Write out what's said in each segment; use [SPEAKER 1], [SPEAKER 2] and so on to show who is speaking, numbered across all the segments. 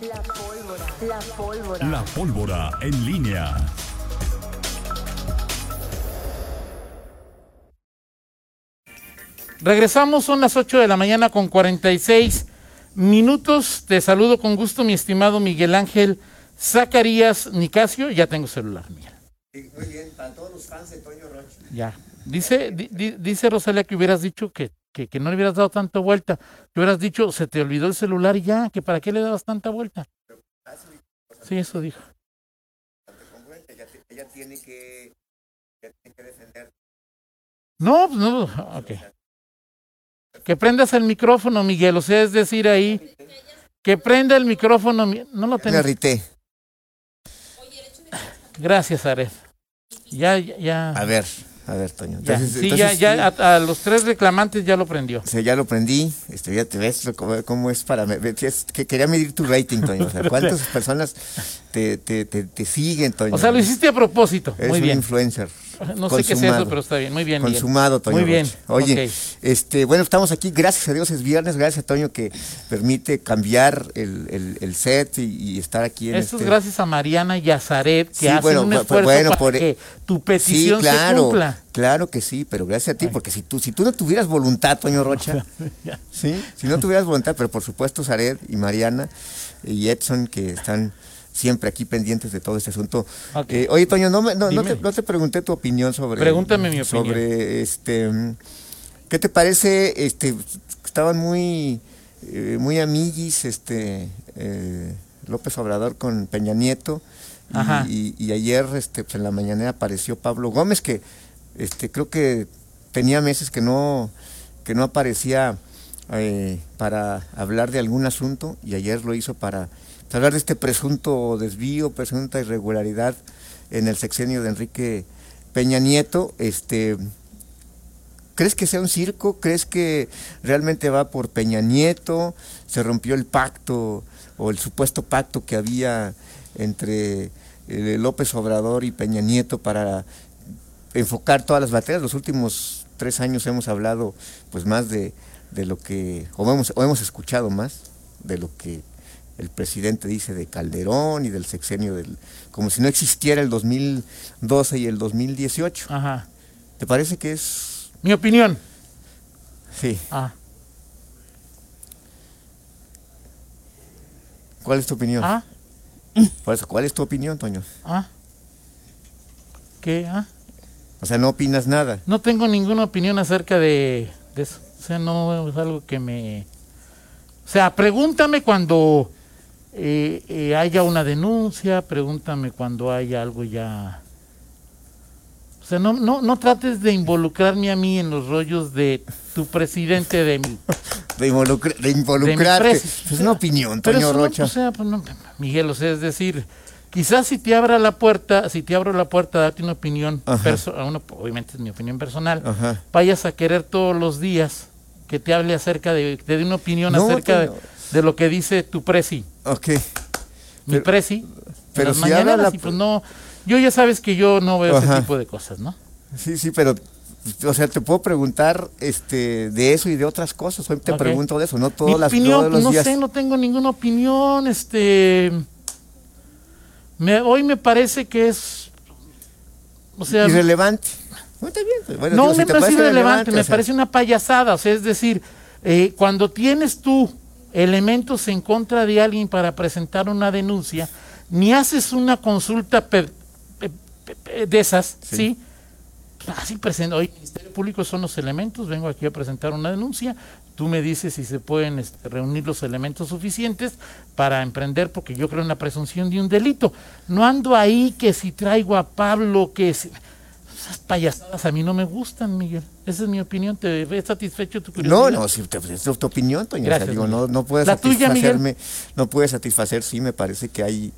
[SPEAKER 1] La pólvora. La pólvora.
[SPEAKER 2] La pólvora en línea.
[SPEAKER 3] Regresamos, son las 8 de la mañana con 46 minutos. Te saludo con gusto, mi estimado Miguel Ángel Zacarías Nicasio. Ya tengo celular, Miguel.
[SPEAKER 4] Muy bien, para todos los fans de Toño Rocha.
[SPEAKER 3] Ya. Dice, di- di- dice Rosalia que hubieras dicho que, que, que no le hubieras dado tanta vuelta. Que hubieras dicho, se te olvidó el celular y ya, que para qué le dabas tanta vuelta. Sí, eso dijo.
[SPEAKER 4] Ella, ti- ella tiene que, ella tiene que defender.
[SPEAKER 3] No, pues no, ok. Que prendas el micrófono, Miguel, o sea, es decir, ahí. Que prenda el micrófono, mi- no lo
[SPEAKER 4] Le
[SPEAKER 3] tengo.
[SPEAKER 4] irrité.
[SPEAKER 3] Gracias, Ares. Ya, ya, ya.
[SPEAKER 4] A ver, a ver, Toño.
[SPEAKER 3] ya.
[SPEAKER 4] Ah, Entonces,
[SPEAKER 3] sí,
[SPEAKER 4] entonces,
[SPEAKER 3] ya, ya, a, a los tres reclamantes ya lo prendió.
[SPEAKER 4] O sea, ya lo prendí. Este, ya te ves cómo, cómo es para. me- ves, es que quería medir tu rating, Toño. O sea, ¿cuántas personas te, te, te, te siguen, Toño?
[SPEAKER 3] O sea, lo hiciste a propósito.
[SPEAKER 4] Eres
[SPEAKER 3] Muy
[SPEAKER 4] un
[SPEAKER 3] bien.
[SPEAKER 4] influencer.
[SPEAKER 3] No sé qué es
[SPEAKER 4] consumado.
[SPEAKER 3] eso, pero está bien. Muy bien, Miguel.
[SPEAKER 4] Consumado, Toño.
[SPEAKER 3] Muy bien.
[SPEAKER 4] Rocha. Oye,
[SPEAKER 3] ok.
[SPEAKER 4] este, bueno, estamos aquí, gracias a Dios es viernes, gracias a Toño que permite cambiar el, el, el set y, y estar aquí en
[SPEAKER 3] Esto es
[SPEAKER 4] este-
[SPEAKER 3] gracias a Mariana y a Zaret que
[SPEAKER 4] Sí,
[SPEAKER 3] hacen
[SPEAKER 4] bueno,
[SPEAKER 3] un
[SPEAKER 4] pues,
[SPEAKER 3] esfuerzo
[SPEAKER 4] bueno,
[SPEAKER 3] para
[SPEAKER 4] por-
[SPEAKER 3] que tu
[SPEAKER 4] Sí,
[SPEAKER 3] petición se
[SPEAKER 4] claro,
[SPEAKER 3] cumpla.
[SPEAKER 4] claro que sí, pero gracias a ti, porque si tú, si tú no tuvieras voluntad, Toño Rocha,
[SPEAKER 3] Ya.
[SPEAKER 4] ¿sí? si no tuvieras voluntad, pero por supuesto Zaret y Mariana y Edson que están siempre aquí pendientes de todo este asunto.
[SPEAKER 3] Ok.
[SPEAKER 4] Eh, oye, Toño, no, me- no, no
[SPEAKER 3] Dime.
[SPEAKER 4] te, no te pregunté tu opinión sobre...
[SPEAKER 3] Pregúntame mi opinión.
[SPEAKER 4] Sobre, este, mm, ¿qué te parece? Este, estaban muy, eh, muy amiguis, este, eh, López Obrador con Peña Nieto. Y-
[SPEAKER 3] Ajá.
[SPEAKER 4] Y, y ayer este, pues, en la mañanera apareció Pablo Gómez, que este, creo que tenía meses que no, que no aparecía eh, para hablar de algún asunto y ayer lo hizo para hablar de este presunto desvío, presunta irregularidad en el sexenio de Enrique Peña Nieto. Este, ¿Crees que sea un circo? ¿Crees que realmente va por Peña Nieto? ¿Se rompió el pacto o el supuesto pacto que había entre eh, López Obrador y Peña Nieto para enfocar todas las baterías? Los últimos tres años hemos hablado pues más de, de lo que, o hemos, o hemos escuchado más de lo que el presidente dice de Calderón y del sexenio, del, como si no existiera el 2012 y el 2018.
[SPEAKER 3] Ajá.
[SPEAKER 4] ¿Te parece que es...
[SPEAKER 3] Mi opinión.
[SPEAKER 4] Sí.
[SPEAKER 3] Ah.
[SPEAKER 4] ¿Cuál es tu opinión?
[SPEAKER 3] Ah.
[SPEAKER 4] Por eso, ¿cuál es tu opinión, Toño?
[SPEAKER 3] Ah. ¿Qué? Ah.
[SPEAKER 4] O sea, no opinas nada.
[SPEAKER 3] No tengo ninguna opinión acerca de, de eso. O sea, no es algo que me... O sea, pregúntame cuando eh, eh, haya una denuncia, pregúntame cuando haya algo ya... O sea, no, no, no trates de involucrarme a mí en los rollos de tu presidente de mí.
[SPEAKER 4] De, involucra- de
[SPEAKER 3] de mi
[SPEAKER 4] involucrarte. Pues,
[SPEAKER 3] presi-
[SPEAKER 4] es una opinión,
[SPEAKER 3] Pero
[SPEAKER 4] Toño
[SPEAKER 3] eso no,
[SPEAKER 4] Rocha.
[SPEAKER 3] o sea, pues no, Miguel, o sea, es decir, quizás si te abra la puerta, si te abro la puerta a darte una opinión,
[SPEAKER 4] Ajá.
[SPEAKER 3] perso- a una- obviamente es mi opinión personal,
[SPEAKER 4] Ajá.
[SPEAKER 3] vayas a querer todos los días que te hable acerca de, te dé una opinión
[SPEAKER 4] No,
[SPEAKER 3] acerca de,
[SPEAKER 4] Toño.
[SPEAKER 3] de lo que dice tu presi,
[SPEAKER 4] Ok.
[SPEAKER 3] mi
[SPEAKER 4] Pero-
[SPEAKER 3] presi. en
[SPEAKER 4] pero
[SPEAKER 3] las
[SPEAKER 4] si habla
[SPEAKER 3] mañaneras,
[SPEAKER 4] la-
[SPEAKER 3] y pues no, yo ya sabes que yo no veo ese
[SPEAKER 4] Ajá.
[SPEAKER 3] tipo de cosas, ¿no?
[SPEAKER 4] Sí, sí, pero. O sea, te puedo preguntar este, de eso y de otras cosas. Hoy te
[SPEAKER 3] Ok.
[SPEAKER 4] pregunto de eso, no todas
[SPEAKER 3] mi
[SPEAKER 4] las
[SPEAKER 3] opinión, pues,
[SPEAKER 4] todos los
[SPEAKER 3] no
[SPEAKER 4] días.
[SPEAKER 3] sé, no tengo ninguna opinión, este me- hoy me parece que es o sea,
[SPEAKER 4] Irrelevante. No, está bien. pues, Bueno,
[SPEAKER 3] no
[SPEAKER 4] digo, si
[SPEAKER 3] me
[SPEAKER 4] te
[SPEAKER 3] parece irrelevante,
[SPEAKER 4] relevante,
[SPEAKER 3] me
[SPEAKER 4] o sea,
[SPEAKER 3] parece una payasada. O sea, es decir, eh, cuando tienes tú elementos en contra de alguien para presentar una denuncia, ni haces una consulta pe- pe- pe- pe- de esas, ¿sí? Así Ah, presento, hoy el Ministerio Público son los elementos, vengo aquí a presentar una denuncia, tú me dices si se pueden este, reunir los elementos suficientes para emprender, porque yo creo en la presunción de un delito. No ando ahí que si traigo a Pablo, que si... Esas payasadas a mí no me gustan, Miguel. Esa es mi opinión. ¿Te ve satisfecho tu curiosidad?
[SPEAKER 4] No, no, si te, es tu opinión, Toño. o sea,
[SPEAKER 3] Gracias,
[SPEAKER 4] digo,
[SPEAKER 3] Miguel.
[SPEAKER 4] no, no puede
[SPEAKER 3] La tuya,
[SPEAKER 4] satisfacerme, no puede satisfacer, sí, me parece que hay,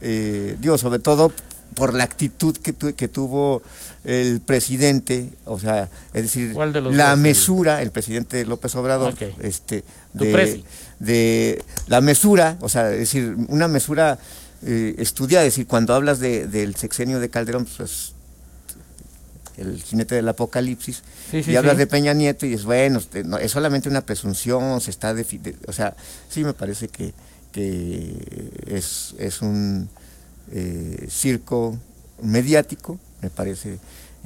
[SPEAKER 4] eh, digo, sobre todo por la actitud que, tu- que tuvo el presidente, o sea, es decir,
[SPEAKER 3] ¿Cuál de los
[SPEAKER 4] la
[SPEAKER 3] dos?
[SPEAKER 4] mesura, el presidente López Obrador,
[SPEAKER 3] Ok.
[SPEAKER 4] este,
[SPEAKER 3] Tu
[SPEAKER 4] de,
[SPEAKER 3] presi.
[SPEAKER 4] de la mesura, o sea, es decir, una mesura eh, estudiada, es decir, cuando hablas de- del sexenio de Calderón, pues el jinete del apocalipsis,
[SPEAKER 3] Sí, sí,
[SPEAKER 4] y hablas
[SPEAKER 3] sí.
[SPEAKER 4] de Peña Nieto y dices, bueno, este, no, es solamente una presunción, se está defi- de- o sea, sí me parece que que es, es un eh, circo mediático, me parece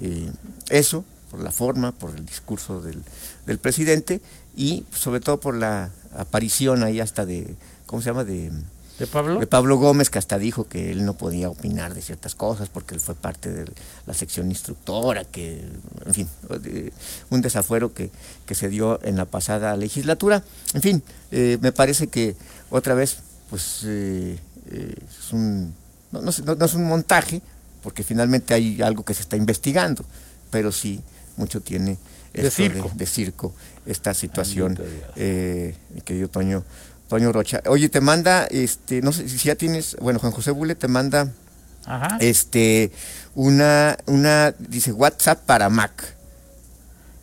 [SPEAKER 4] eh, eso, por la forma, por el discurso del, del presidente y sobre todo por la aparición ahí hasta de, ¿cómo se llama? De,
[SPEAKER 3] ¿De Pablo?
[SPEAKER 4] de Pablo Gómez, que hasta dijo que él no podía opinar de ciertas cosas porque él fue parte de la sección instructora, que, en fin, eh, un desafuero que, que se dio en la pasada legislatura. En fin, eh, me parece que otra vez, pues, eh, eh, es un, no, no es- no- no es un montaje, porque finalmente hay algo que se está investigando, pero sí, mucho tiene
[SPEAKER 3] De
[SPEAKER 4] esto de-
[SPEAKER 3] circo.
[SPEAKER 4] de circo esta situación, eh, mi querido Toño, Toño Rocha. Oye, te manda, este, no sé si ya tienes, bueno, Juan José Bule te manda
[SPEAKER 3] Ajá.
[SPEAKER 4] este una, una, dice WhatsApp para Mac.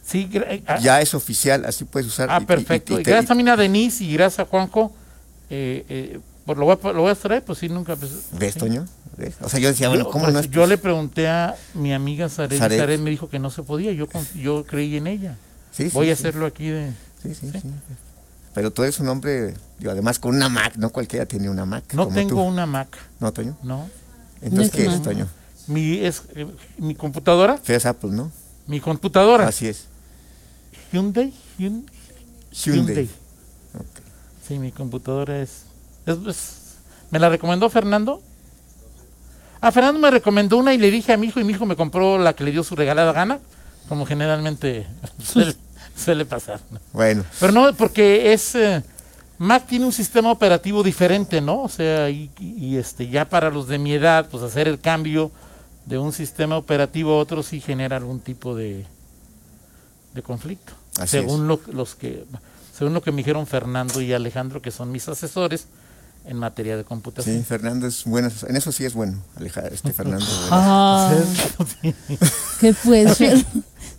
[SPEAKER 3] Sí, gra- eh, ah,
[SPEAKER 4] Ya es oficial, así puedes usar.
[SPEAKER 3] ah,
[SPEAKER 4] y- y-
[SPEAKER 3] perfecto.
[SPEAKER 4] y- y
[SPEAKER 3] Y
[SPEAKER 4] te-
[SPEAKER 3] gracias también a Denise y gracias a Juanjo. Eh, eh, por lo, voy a, lo voy a traer, pues sí, nunca. pues,
[SPEAKER 4] ¿Ves,
[SPEAKER 3] sí.
[SPEAKER 4] Toño? ¿Ves? O sea, yo decía, Ah, bueno,
[SPEAKER 3] yo,
[SPEAKER 4] ¿cómo
[SPEAKER 3] pues,
[SPEAKER 4] no es?
[SPEAKER 3] yo le pregunté a mi amiga Saret,
[SPEAKER 4] Zaret.
[SPEAKER 3] Saret. me dijo que no se podía. Yo, con- yo creí en ella.
[SPEAKER 4] Sí, sí,
[SPEAKER 3] Voy a
[SPEAKER 4] sí,
[SPEAKER 3] hacerlo aquí de.
[SPEAKER 4] sí, sí, sí. Pero tú eres un hombre, digo, además con una Mac, no cualquiera tiene una Mac.
[SPEAKER 3] No
[SPEAKER 4] como
[SPEAKER 3] tengo
[SPEAKER 4] tú.
[SPEAKER 3] una Mac,
[SPEAKER 4] No, Toño.
[SPEAKER 3] ¿no?
[SPEAKER 4] Entonces,
[SPEAKER 5] es
[SPEAKER 4] ¿qué es,
[SPEAKER 5] Mac.
[SPEAKER 4] Toño?
[SPEAKER 3] Mi, es, eh, mi computadora,
[SPEAKER 4] Feas Apple, ¿no?
[SPEAKER 3] mi computadora,
[SPEAKER 4] Así es.
[SPEAKER 3] Hyundai, Hyun- Hyundai.
[SPEAKER 4] Hyundai. Ok.
[SPEAKER 3] Sí, mi computadora es, es- es- ¿Me la recomendó Fernando? Ah, Fernando me recomendó una y le dije a mi hijo y mi hijo me compró la que le dio su regalada gana, como generalmente suele, suele pasar. ¿no?
[SPEAKER 4] Bueno,
[SPEAKER 3] Pero no, porque es... eh, Mac tiene un sistema operativo diferente, ¿no? O sea, y, y, este ya para los de mi edad, pues hacer el cambio de un sistema operativo a otro sí genera algún tipo de, de conflicto.
[SPEAKER 4] Así
[SPEAKER 3] según lo, los que según lo que me dijeron Fernando y Alejandro, que son mis asesores en materia de
[SPEAKER 4] sí,
[SPEAKER 3] computación.
[SPEAKER 4] Fernando es bueno. En eso sí es bueno, Alejandro, este Fernando. es bueno.
[SPEAKER 5] Ah, que pues.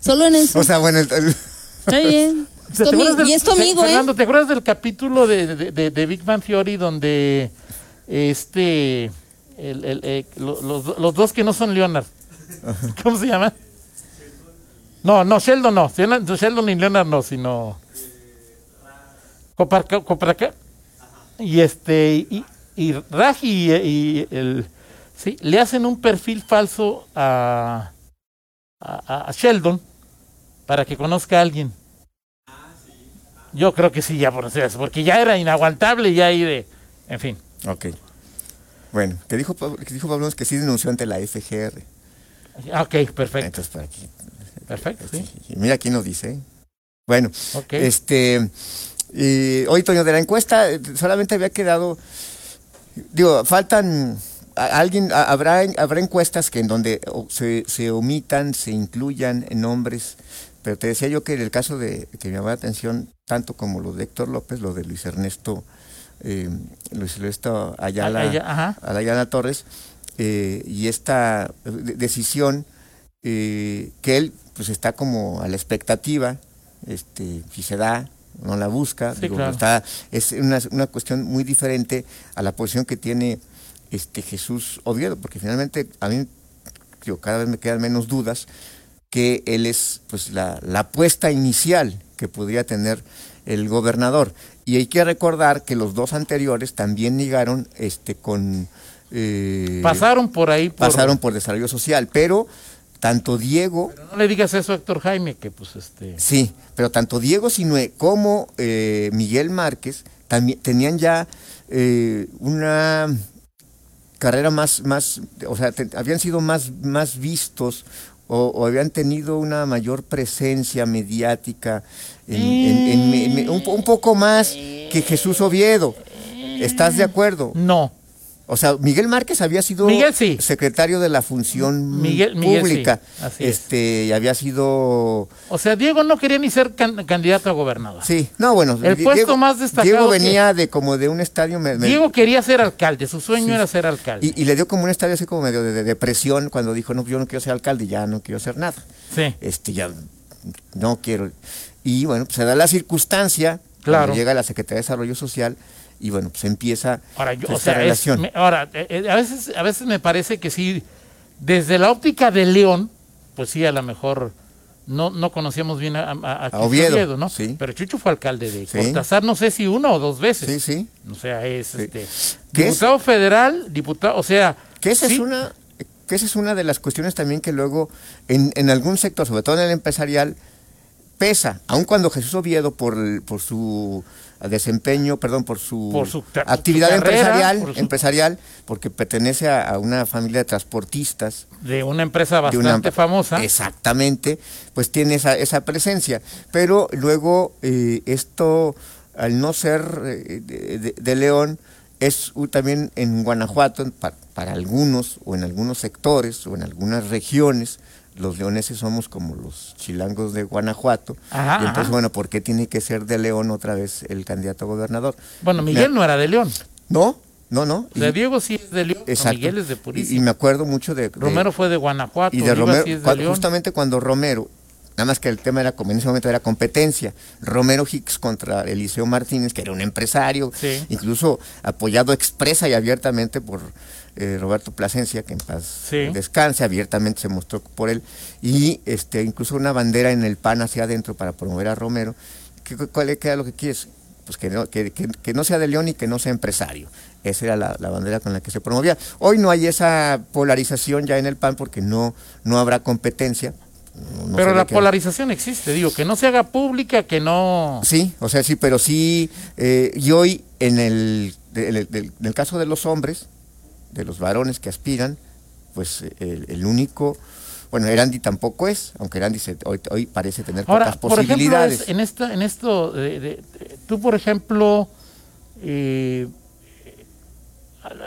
[SPEAKER 5] Solo en eso.
[SPEAKER 4] O sea, bueno, el- el-
[SPEAKER 5] Está bien.
[SPEAKER 3] O sea,
[SPEAKER 5] Es
[SPEAKER 3] ¿te
[SPEAKER 5] tu ami-
[SPEAKER 3] acuerdas del-
[SPEAKER 5] y es tu
[SPEAKER 3] Fer-
[SPEAKER 5] amigo, ¿eh?
[SPEAKER 3] Fernando, ¿te acuerdas del capítulo de, de- de- de Big Bang Theory donde este el- el- eh, lo- los, do- los dos que no son Leonard? ¿Cómo se llaman? No, no, Sheldon no. Sheldon Sheldon ni Leonard no, sino. Coparca, Coparca. Y este. Y, y Raji y, y el. Sí, le hacen un perfil falso a, a, a Sheldon para que conozca a alguien. Yo creo que sí, ya por hacer eso, porque ya era inaguantable, ya ahí de. En fin.
[SPEAKER 4] Ok. Bueno, que dijo, Pablo- que dijo Pablo que sí denunció ante la FGR.
[SPEAKER 3] Ah, Ok, perfecto.
[SPEAKER 4] Entonces, para aquí.
[SPEAKER 3] Perfecto, sí.
[SPEAKER 4] y Mira, aquí nos dice. ¿eh? Bueno,
[SPEAKER 3] Ok.
[SPEAKER 4] este. y hoy, Toño, de la encuesta eh, solamente había quedado. Digo, faltan. a- alguien a- habrá habrá encuestas que en donde o- se, se omitan, se incluyan nombres, pero te decía yo que en el caso de que me llamaba la atención tanto como lo de Héctor López, lo de Luis Ernesto eh, Luis Ernesto Ayala,
[SPEAKER 3] Ay- ay- Ah, eh, ajá.
[SPEAKER 4] a Dayana Torres eh, y esta eh, de- decisión eh, que él pues está como a la expectativa, este, si se da, no la busca,
[SPEAKER 3] Sí,
[SPEAKER 4] digo,
[SPEAKER 3] claro.
[SPEAKER 4] está, es una, una cuestión muy diferente a la posición que tiene este Jesús Oviedo, porque finalmente a mí digo, cada vez me quedan menos dudas que él es pues la, la apuesta inicial que podría tener el gobernador. Y hay que recordar que los dos anteriores también negaron este con eh,
[SPEAKER 3] Pasaron por ahí. Por,
[SPEAKER 4] pasaron por desarrollo social, pero tanto Diego,
[SPEAKER 3] No le digas eso a Héctor Jaime, que pues este.
[SPEAKER 4] sí, pero tanto Diego Sinue como eh, Miguel Márquez también tenían ya eh, una carrera más, más, o sea, te- habían sido más, más vistos o, o habían tenido una mayor presencia mediática, en- en- en- me- me- un, po- un poco más que Jesús Oviedo. ¿Estás de acuerdo?
[SPEAKER 3] No.
[SPEAKER 4] O sea, Miguel Márquez había sido
[SPEAKER 3] Miguel sí.
[SPEAKER 4] secretario de la función
[SPEAKER 3] Miguel- Miguel
[SPEAKER 4] pública.
[SPEAKER 3] sí, así es.
[SPEAKER 4] este, y había sido
[SPEAKER 3] O sea, Diego no quería ni ser can- candidato a gobernador.
[SPEAKER 4] sí, no, bueno,
[SPEAKER 3] El
[SPEAKER 4] Die-
[SPEAKER 3] puesto más destacado
[SPEAKER 4] Diego
[SPEAKER 3] que-
[SPEAKER 4] venía de como de un estadio me- me-
[SPEAKER 3] Diego quería ser alcalde, su sueño era ser alcalde.
[SPEAKER 4] y, y le dio como un estadio así como medio de, de depresión cuando dijo, "No, yo no quiero ser alcalde, ya no quiero hacer nada."
[SPEAKER 3] sí.
[SPEAKER 4] Este ya no quiero. Y bueno, pues se da la circunstancia
[SPEAKER 3] Claro.
[SPEAKER 4] cuando llega la Secretaría de Desarrollo Social y bueno, pues empieza
[SPEAKER 3] Ahora, yo,
[SPEAKER 4] esta
[SPEAKER 3] o sea, es-
[SPEAKER 4] relación.
[SPEAKER 3] me- ahora eh, eh, a, veces, a veces me parece que sí, desde la óptica de León, pues sí, a lo mejor no, no conocíamos bien a, a- a Chucho
[SPEAKER 4] Oviedo,
[SPEAKER 3] ¿no?
[SPEAKER 4] sí.
[SPEAKER 3] Pero Chucho fue alcalde de
[SPEAKER 4] Sí.
[SPEAKER 3] Cortázar, no sé si una o dos veces.
[SPEAKER 4] Sí, sí.
[SPEAKER 3] O sea, es este,
[SPEAKER 4] ¿Qué es?
[SPEAKER 3] diputado federal, diputado, o sea,
[SPEAKER 4] Que esa, es
[SPEAKER 3] sí,
[SPEAKER 4] una, que esa es una de las cuestiones también que luego en, en algún sector, sobre todo en el empresarial, pesa, aun cuando Jesús Oviedo por, el- por su desempeño, perdón, por su,
[SPEAKER 3] Por su ca-
[SPEAKER 4] actividad
[SPEAKER 3] su carrera,
[SPEAKER 4] empresarial,
[SPEAKER 3] por su-
[SPEAKER 4] empresarial, porque pertenece a, a una familia de transportistas,
[SPEAKER 3] de una empresa
[SPEAKER 4] de
[SPEAKER 3] bastante
[SPEAKER 4] una-
[SPEAKER 3] famosa.
[SPEAKER 4] Exactamente, pues tiene esa, esa presencia. Pero luego eh, esto, al no ser eh, de, de- de León, es u- también en Guanajuato, en pa- para algunos, o en algunos sectores, o en algunas regiones, los leoneses somos como los chilangos de Guanajuato.
[SPEAKER 3] Ajá,
[SPEAKER 4] y entonces,
[SPEAKER 3] ajá.
[SPEAKER 4] bueno, ¿por qué tiene que ser de León otra vez el candidato a gobernador?
[SPEAKER 3] Bueno,
[SPEAKER 4] Me-
[SPEAKER 3] Miguel no era de León.
[SPEAKER 4] No, no, no.
[SPEAKER 3] O sea,
[SPEAKER 4] y-
[SPEAKER 3] Diego sí es de León, pero
[SPEAKER 4] exacto.
[SPEAKER 3] Miguel es de
[SPEAKER 4] y, y
[SPEAKER 3] Purísima.
[SPEAKER 4] me acuerdo mucho de, de-
[SPEAKER 3] Romero fue de Guanajuato,
[SPEAKER 4] y de
[SPEAKER 3] Rivas
[SPEAKER 4] Romero,
[SPEAKER 3] sí es de
[SPEAKER 4] cuando-
[SPEAKER 3] León.
[SPEAKER 4] justamente cuando Romero, nada más que el tema era, como en ese momento era competencia, Romero Hicks contra Eliseo Martínez, que era un empresario,
[SPEAKER 3] Sí.
[SPEAKER 4] incluso apoyado expresa y abiertamente por eh, Roberto Plasencia, que en paz
[SPEAKER 3] Sí.
[SPEAKER 4] eh, descanse, abiertamente se mostró por él, y este incluso una bandera en el pan hacia adentro para promover a Romero. ¿Qué, ¿Cuál era lo que quieres? Pues que no, que, que- que no sea de León y que no sea empresario. Esa era la, la bandera con la que se promovía. Hoy no hay esa polarización ya en el PAN porque no, no habrá competencia. No- no
[SPEAKER 3] pero
[SPEAKER 4] sé
[SPEAKER 3] la
[SPEAKER 4] de qué-
[SPEAKER 3] polarización existe, digo, que no se haga pública, que no...
[SPEAKER 4] Sí, o sea, sí, pero sí. eh, y hoy, en el, de- en el- del- en el caso de los hombres, de los varones que aspiran, pues eh, el, el único. Bueno, Erandi tampoco es, aunque Erandi se- hoy, hoy parece tener
[SPEAKER 3] Ahora,
[SPEAKER 4] pocas
[SPEAKER 3] por ejemplo,
[SPEAKER 4] posibilidades.
[SPEAKER 3] es- en, esta, en esto, de- de- de- tú, por ejemplo, eh,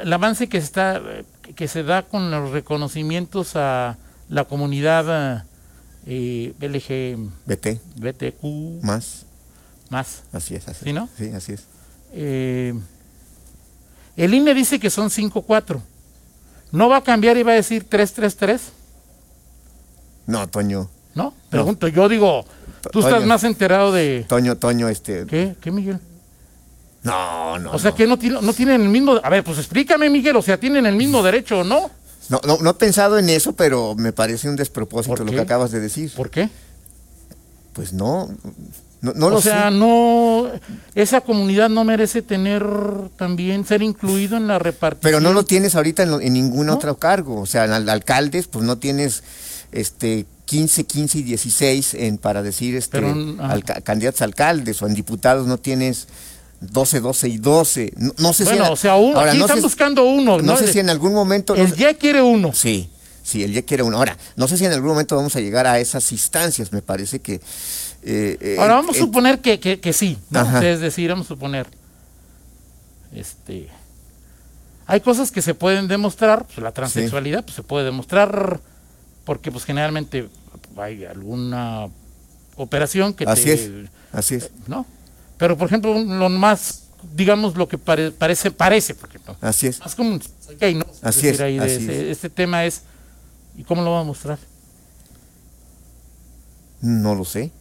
[SPEAKER 3] el avance que, está, eh, que se da con los reconocimientos a la comunidad eh,
[SPEAKER 4] Vete,
[SPEAKER 3] LGBTQ
[SPEAKER 4] más.
[SPEAKER 3] más.
[SPEAKER 4] Así es, así
[SPEAKER 3] ¿Sí, no?
[SPEAKER 4] Sí, así es.
[SPEAKER 3] Eh, el INE dice que son 5-4. ¿No va a cambiar y va a decir 3-3-3?
[SPEAKER 4] No, Toño.
[SPEAKER 3] ¿No? Pregunto, yo digo, tú estás
[SPEAKER 4] Oye.
[SPEAKER 3] más enterado de...
[SPEAKER 4] Toño, Toño, este.
[SPEAKER 3] ¿Qué? ¿Qué, Miguel?
[SPEAKER 4] No, no.
[SPEAKER 3] O sea
[SPEAKER 4] no.
[SPEAKER 3] que no, tiene- no tienen el mismo... A ver, pues explícame, Miguel, o sea, ¿tienen el mismo derecho o no?
[SPEAKER 4] No, no, no he pensado en eso, pero me parece un despropósito
[SPEAKER 3] ¿Por
[SPEAKER 4] lo
[SPEAKER 3] qué?
[SPEAKER 4] que acabas de decir.
[SPEAKER 3] ¿Por qué?
[SPEAKER 4] Pues no. No, no
[SPEAKER 3] o
[SPEAKER 4] lo
[SPEAKER 3] sea,
[SPEAKER 4] sé.
[SPEAKER 3] no... Esa comunidad no merece tener también ser incluido en la repartición.
[SPEAKER 4] Pero no lo tienes ahorita en, lo- en ningún
[SPEAKER 3] ¿No?
[SPEAKER 4] otro cargo. O sea, en al- alcaldes, pues no tienes este 15, 15 y 16 en, para decir este
[SPEAKER 3] Pero un- ajá.
[SPEAKER 4] alca- candidatos a alcaldes o en diputados no tienes 12, 12 y 12. No, no sé si.
[SPEAKER 3] Bueno,
[SPEAKER 4] en-
[SPEAKER 3] o sea, uno,
[SPEAKER 4] Ahora,
[SPEAKER 3] aquí
[SPEAKER 4] no
[SPEAKER 3] están
[SPEAKER 4] sé-
[SPEAKER 3] buscando uno,
[SPEAKER 4] No,
[SPEAKER 3] ¿no?
[SPEAKER 4] sé si en algún momento. no
[SPEAKER 3] El
[SPEAKER 4] sé-
[SPEAKER 3] ya quiere uno.
[SPEAKER 4] Sí, sí, el ya quiere uno. Ahora, no sé si en algún momento vamos a llegar a esas instancias, me parece que... eh, eh,
[SPEAKER 3] Ahora vamos a
[SPEAKER 4] eh,
[SPEAKER 3] suponer que, que, que sí, ¿no?
[SPEAKER 4] Ajá.
[SPEAKER 3] O sea, es decir, vamos a suponer. Este. Hay cosas que se pueden demostrar, pues, la transexualidad pues, se puede demostrar porque pues generalmente hay alguna operación que
[SPEAKER 4] Así
[SPEAKER 3] te- eh,
[SPEAKER 4] es, así es,
[SPEAKER 3] ¿no? Pero por ejemplo, un- lo más digamos lo que pare- parece parece porque no,
[SPEAKER 4] así es.
[SPEAKER 3] más común gay, ¿no?
[SPEAKER 4] Así es,
[SPEAKER 3] ahí de
[SPEAKER 4] así
[SPEAKER 3] ese- este tema es ¿y cómo lo va a mostrar?
[SPEAKER 4] No lo sé.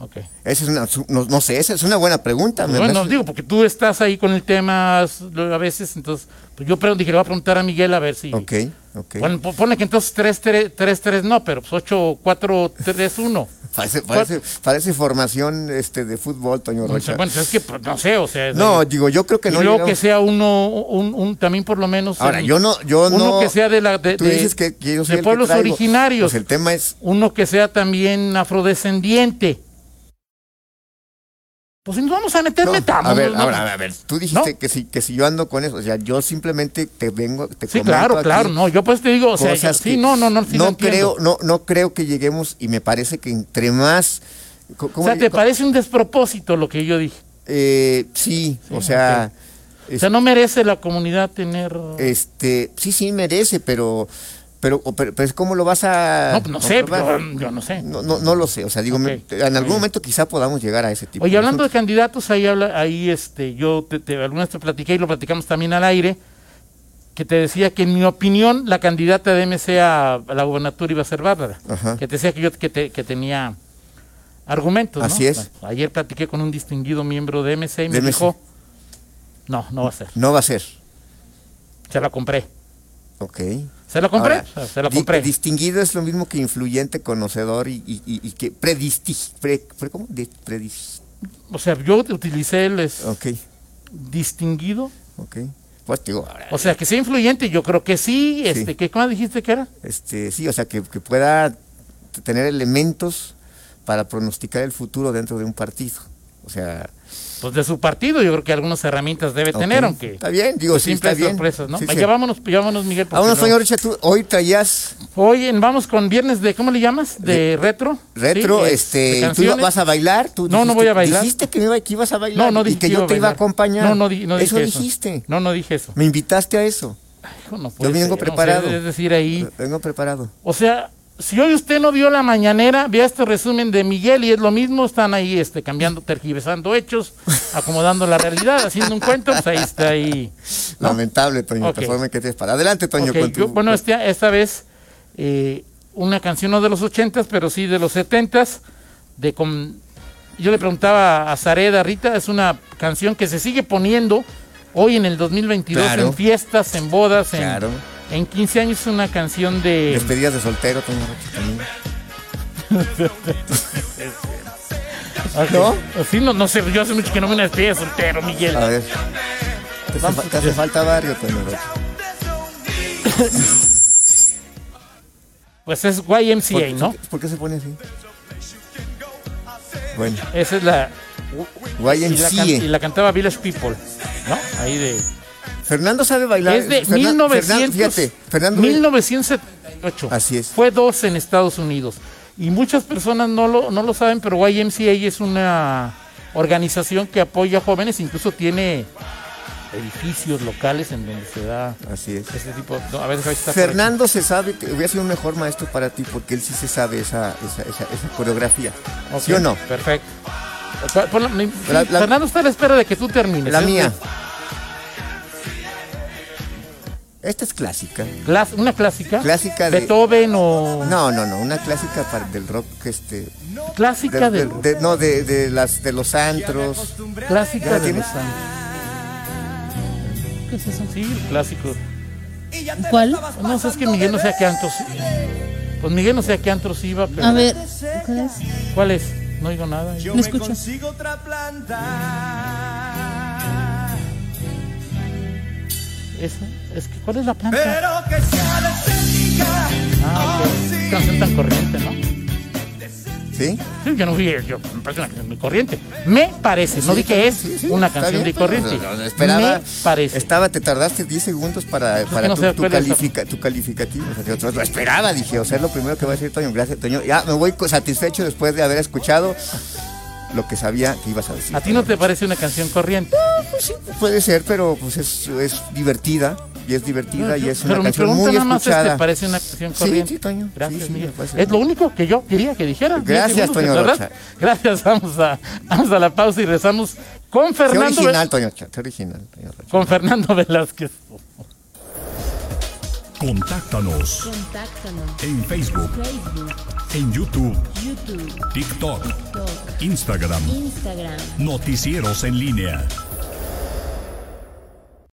[SPEAKER 3] Okay.
[SPEAKER 4] Esa es una, su- no, no sé, esa es una buena pregunta. me-
[SPEAKER 3] Pues Bueno,
[SPEAKER 4] me-
[SPEAKER 3] digo, porque tú estás ahí con el tema s- lo- a veces, entonces, pues yo pre- dije, le voy a preguntar a Miguel a ver si...
[SPEAKER 4] Ok, ok.
[SPEAKER 3] Bueno, po- ponle que entonces 3-3 no, pero pues 8-4-3-1.
[SPEAKER 4] parece, parece, parece formación este, de fútbol, Toño
[SPEAKER 3] Bueno,
[SPEAKER 4] Rocha.
[SPEAKER 3] es que pues, no sé, o sea... es-
[SPEAKER 4] No, digo, yo creo que
[SPEAKER 3] y
[SPEAKER 4] no...
[SPEAKER 3] luego
[SPEAKER 4] llegamos-
[SPEAKER 3] que sea uno, un, un- también por lo menos...
[SPEAKER 4] Ahora,
[SPEAKER 3] en-
[SPEAKER 4] yo no... Yo
[SPEAKER 3] uno
[SPEAKER 4] no
[SPEAKER 3] que sea de la... De,
[SPEAKER 4] tú
[SPEAKER 3] de-
[SPEAKER 4] dices que, que yo soy
[SPEAKER 3] de
[SPEAKER 4] el que
[SPEAKER 3] pueblos
[SPEAKER 4] traigo.
[SPEAKER 3] originarios.
[SPEAKER 4] Pues el tema es...
[SPEAKER 3] Uno que sea también afrodescendiente. Pues si nos vamos a meter,
[SPEAKER 4] No,
[SPEAKER 3] metamos.
[SPEAKER 4] a ver,
[SPEAKER 3] ¿no?
[SPEAKER 4] ahora, a ver, tú dijiste
[SPEAKER 3] No.
[SPEAKER 4] que si que si yo ando con eso, o sea, yo simplemente te vengo, te
[SPEAKER 3] Sí,
[SPEAKER 4] comento
[SPEAKER 3] claro,
[SPEAKER 4] aquí
[SPEAKER 3] claro, no, yo pues te digo, o sea,
[SPEAKER 4] cosas
[SPEAKER 3] sí,
[SPEAKER 4] que
[SPEAKER 3] no, no, no, sí lo
[SPEAKER 4] no
[SPEAKER 3] entiendo.
[SPEAKER 4] creo, no, no creo que lleguemos y me parece que entre más, co-
[SPEAKER 3] O
[SPEAKER 4] ¿cómo
[SPEAKER 3] sea,
[SPEAKER 4] le-
[SPEAKER 3] ¿te
[SPEAKER 4] co-
[SPEAKER 3] parece un despropósito lo que yo dije?
[SPEAKER 4] eh, sí, o sea,
[SPEAKER 3] O sea, no merece la comunidad tener... pues
[SPEAKER 4] este, sí, sí merece, pero, pero, o- pero, pero es cómo lo vas a,
[SPEAKER 3] no, pues, no sé,
[SPEAKER 4] comprobar?
[SPEAKER 3] pero, um, yo no sé.
[SPEAKER 4] no, no, no lo sé, o sea, digo,
[SPEAKER 3] Ok.
[SPEAKER 4] me- en algún momento quizá podamos llegar a ese tipo.
[SPEAKER 3] Oye, hablando de
[SPEAKER 4] asuntos.
[SPEAKER 3] candidatos, ahí, habla, ahí este, yo te, te- algunas te platiqué y lo platicamos también al aire, que te decía que en mi opinión la candidata de MC a, a la gobernatura iba a ser Bárbara.
[SPEAKER 4] Ajá.
[SPEAKER 3] Que te decía que yo que, te- que tenía argumentos, ¿no?
[SPEAKER 4] Así es.
[SPEAKER 3] Bueno, ayer platiqué con un distinguido miembro de MC y me
[SPEAKER 4] De MC.
[SPEAKER 3] dijo, no, no va a ser.
[SPEAKER 4] no va a ser,
[SPEAKER 3] Se la compré.
[SPEAKER 4] Ok.
[SPEAKER 3] Se lo compré,
[SPEAKER 4] Ahora,
[SPEAKER 3] se lo
[SPEAKER 4] di-
[SPEAKER 3] compré.
[SPEAKER 4] distinguido es lo mismo que influyente, conocedor y, y- y- y que predistig... Pre, pre- ¿Cómo? De- predis-
[SPEAKER 3] O sea, yo utilicé el es-
[SPEAKER 4] ok,
[SPEAKER 3] distinguido.
[SPEAKER 4] ok. Pues digo, ahora,
[SPEAKER 3] O sea, que sea influyente, yo creo que sí. Este,
[SPEAKER 4] Sí.
[SPEAKER 3] ¿qué, ¿Cómo dijiste que era?
[SPEAKER 4] este, sí, o sea, que, que pueda t- tener elementos para pronosticar el futuro dentro de un partido. O sea,
[SPEAKER 3] Pues de su partido, yo creo que algunas herramientas debe
[SPEAKER 4] ok.
[SPEAKER 3] tener, aunque.
[SPEAKER 4] Está bien, digo, sí, está
[SPEAKER 3] Pues simples
[SPEAKER 4] bien.
[SPEAKER 3] sorpresas, ¿no?
[SPEAKER 4] Sí,
[SPEAKER 3] Ay,
[SPEAKER 4] sí.
[SPEAKER 3] Ya vámonos, ya vámonos, Miguel. porque
[SPEAKER 4] Vámonos,
[SPEAKER 3] no-
[SPEAKER 4] señor Richard, tú hoy traías
[SPEAKER 3] Oye, vamos con viernes de, ¿cómo le llamas? De, retro.
[SPEAKER 4] retro,
[SPEAKER 3] Sí, de
[SPEAKER 4] este, tú iba-
[SPEAKER 3] canciones.
[SPEAKER 4] vas a bailar, tú
[SPEAKER 3] No, no voy a bailar.
[SPEAKER 4] Dijiste que, me iba, que ibas a bailar
[SPEAKER 3] No, no dije
[SPEAKER 4] y que
[SPEAKER 3] iba
[SPEAKER 4] yo te iba a
[SPEAKER 3] bailar.
[SPEAKER 4] acompañar.
[SPEAKER 3] No, no, di- no
[SPEAKER 4] eso
[SPEAKER 3] dije eso.
[SPEAKER 4] dijiste.
[SPEAKER 3] No, no dije eso.
[SPEAKER 4] Me invitaste a eso.
[SPEAKER 3] Hijo, no puede
[SPEAKER 4] vengo
[SPEAKER 3] ser, o sea,
[SPEAKER 4] preparado.
[SPEAKER 3] es decir, ahí.
[SPEAKER 4] Vengo preparado.
[SPEAKER 3] O sea, si hoy usted no vio la mañanera, vea este resumen de Miguel y es lo mismo, están ahí este, cambiando, tergiversando hechos, acomodando la realidad, haciendo un cuento, pues ahí está ahí.
[SPEAKER 4] Lamentable, Toño,
[SPEAKER 3] Ok.
[SPEAKER 4] te forma que te para. Adelante, Toño,
[SPEAKER 3] Ok,
[SPEAKER 4] con tu-
[SPEAKER 3] yo- bueno, este- esta vez eh, una canción no de los ochentas, pero sí de los setentas, de con- yo le preguntaba a Zareda, Rita, es una canción que se sigue poniendo hoy en el 2022
[SPEAKER 4] Claro.
[SPEAKER 3] en fiestas, en bodas, en,
[SPEAKER 4] Claro.
[SPEAKER 3] en 15 años, es una canción de...
[SPEAKER 4] Despedidas de soltero, Toño Rocha, también. ¿No?
[SPEAKER 3] Sí, no, no sé, yo hace mucho que no me una despedida de soltero, Miguel.
[SPEAKER 4] A ver. Te hace, fa- te hace falta barrio, Toño Rocha.
[SPEAKER 3] Pues es YMCA, ¿no?
[SPEAKER 4] ¿Por qué se pone así? Bueno,
[SPEAKER 3] Esa es la... Y la, can- y
[SPEAKER 4] YMCA.
[SPEAKER 3] la cantaba Village People, ¿no? Ahí de...
[SPEAKER 4] Fernando sabe bailar.
[SPEAKER 3] Es de
[SPEAKER 4] Fernan-
[SPEAKER 3] 1900,
[SPEAKER 4] Fernan- fíjate, Fernando.
[SPEAKER 3] 1978.
[SPEAKER 4] Así es.
[SPEAKER 3] Fue 12 en Estados Unidos. Y muchas personas no lo, no lo saben, pero YMCA es una organización que apoya a jóvenes, incluso tiene edificios locales en donde se da
[SPEAKER 4] Así es.
[SPEAKER 3] este tipo. no, a ver, ahí está por aquí.
[SPEAKER 4] Fernando se sabe, te- hubiera sido un mejor maestro para ti porque él sí se sabe esa, esa, esa, esa coreografía.
[SPEAKER 3] Ok,
[SPEAKER 4] ¿Sí o no?
[SPEAKER 3] Perfecto. Pa- ponla- mi-
[SPEAKER 4] La- la-
[SPEAKER 3] Fernando está a la espera de que tú termines.
[SPEAKER 4] La
[SPEAKER 3] Es
[SPEAKER 4] mía.
[SPEAKER 3] de
[SPEAKER 4] Esta es clásica.
[SPEAKER 3] clas- una clásica.
[SPEAKER 4] Clásica de-
[SPEAKER 3] Beethoven o.
[SPEAKER 4] No, no, no, una clásica para- del rock este
[SPEAKER 3] Clásica de.
[SPEAKER 4] de, de- de- no de, de las de los antros. ¿Ya
[SPEAKER 3] Clásica
[SPEAKER 4] la
[SPEAKER 3] de
[SPEAKER 4] tienes?
[SPEAKER 3] los Santos.
[SPEAKER 5] ¿Qué es eso?
[SPEAKER 3] Sí, el clásico.
[SPEAKER 5] ¿Cuál?
[SPEAKER 3] No sé, es que Miguel no sé a qué antros. Pues Miguel no sé a qué antros iba, pero.
[SPEAKER 5] A ver, ¿cuál es?
[SPEAKER 3] ¿Cuál es? No oigo nada. ahí.
[SPEAKER 5] No escucho.
[SPEAKER 6] Consigo otra planta,
[SPEAKER 3] Esa, es que, ¿cuál es la planta?
[SPEAKER 6] pero que sea desértica.
[SPEAKER 3] Ah, ok. Qué Canción tan corriente, ¿no?
[SPEAKER 4] ¿Sí?
[SPEAKER 3] Sí, yo no vi, yo me parece una canción de corriente. Me parece, no
[SPEAKER 4] Sí,
[SPEAKER 3] di que es
[SPEAKER 4] sí, sí,
[SPEAKER 3] una
[SPEAKER 4] está
[SPEAKER 3] canción
[SPEAKER 4] bien,
[SPEAKER 3] de corriente.
[SPEAKER 4] pero no, no, esperaba.
[SPEAKER 3] Me parece.
[SPEAKER 4] Estaba, te tardaste 10 segundos para, para
[SPEAKER 3] no
[SPEAKER 4] tu,
[SPEAKER 3] sé
[SPEAKER 4] tu
[SPEAKER 3] cuál es la-
[SPEAKER 4] califica- tu calificativo. O sea, yo otro- lo esperaba, dije, o sea, es lo primero que va a decir Toño. Gracias, Toño. Ya me voy co- satisfecho después de haber escuchado lo que sabía que ibas a decir.
[SPEAKER 3] ¿A ti no te parece una canción corriente?
[SPEAKER 4] Pues sí, puede ser, pero pues es, es divertida. Y es divertida y es una
[SPEAKER 3] Pero mi
[SPEAKER 4] canción
[SPEAKER 3] pregunta
[SPEAKER 4] muy
[SPEAKER 3] nada más es,
[SPEAKER 4] escuchada.
[SPEAKER 3] ¿te parece una canción
[SPEAKER 4] Sí,
[SPEAKER 3] corriente?
[SPEAKER 4] sí, Toño.
[SPEAKER 3] Gracias,
[SPEAKER 4] Sí, sí,
[SPEAKER 3] Miguel.
[SPEAKER 4] me parece.
[SPEAKER 3] Es lo único que yo quería que dijera.
[SPEAKER 4] Gracias,
[SPEAKER 3] Diez segundos,
[SPEAKER 4] Toño
[SPEAKER 3] ¿verdad?
[SPEAKER 4] Rocha.
[SPEAKER 3] Gracias, vamos a, vamos a la pausa y rezamos con
[SPEAKER 4] Qué
[SPEAKER 3] Fernando,
[SPEAKER 4] original, Toño. Rocha, Qué original, Toño Rocha.
[SPEAKER 3] con Fernando Velázquez.
[SPEAKER 2] Contáctanos
[SPEAKER 5] Contáctanos.
[SPEAKER 2] en Facebook,
[SPEAKER 5] Facebook,
[SPEAKER 2] en YouTube,
[SPEAKER 5] YouTube,
[SPEAKER 2] TikTok,
[SPEAKER 5] TikTok,
[SPEAKER 2] Instagram,
[SPEAKER 5] Instagram.
[SPEAKER 2] Noticieros en línea.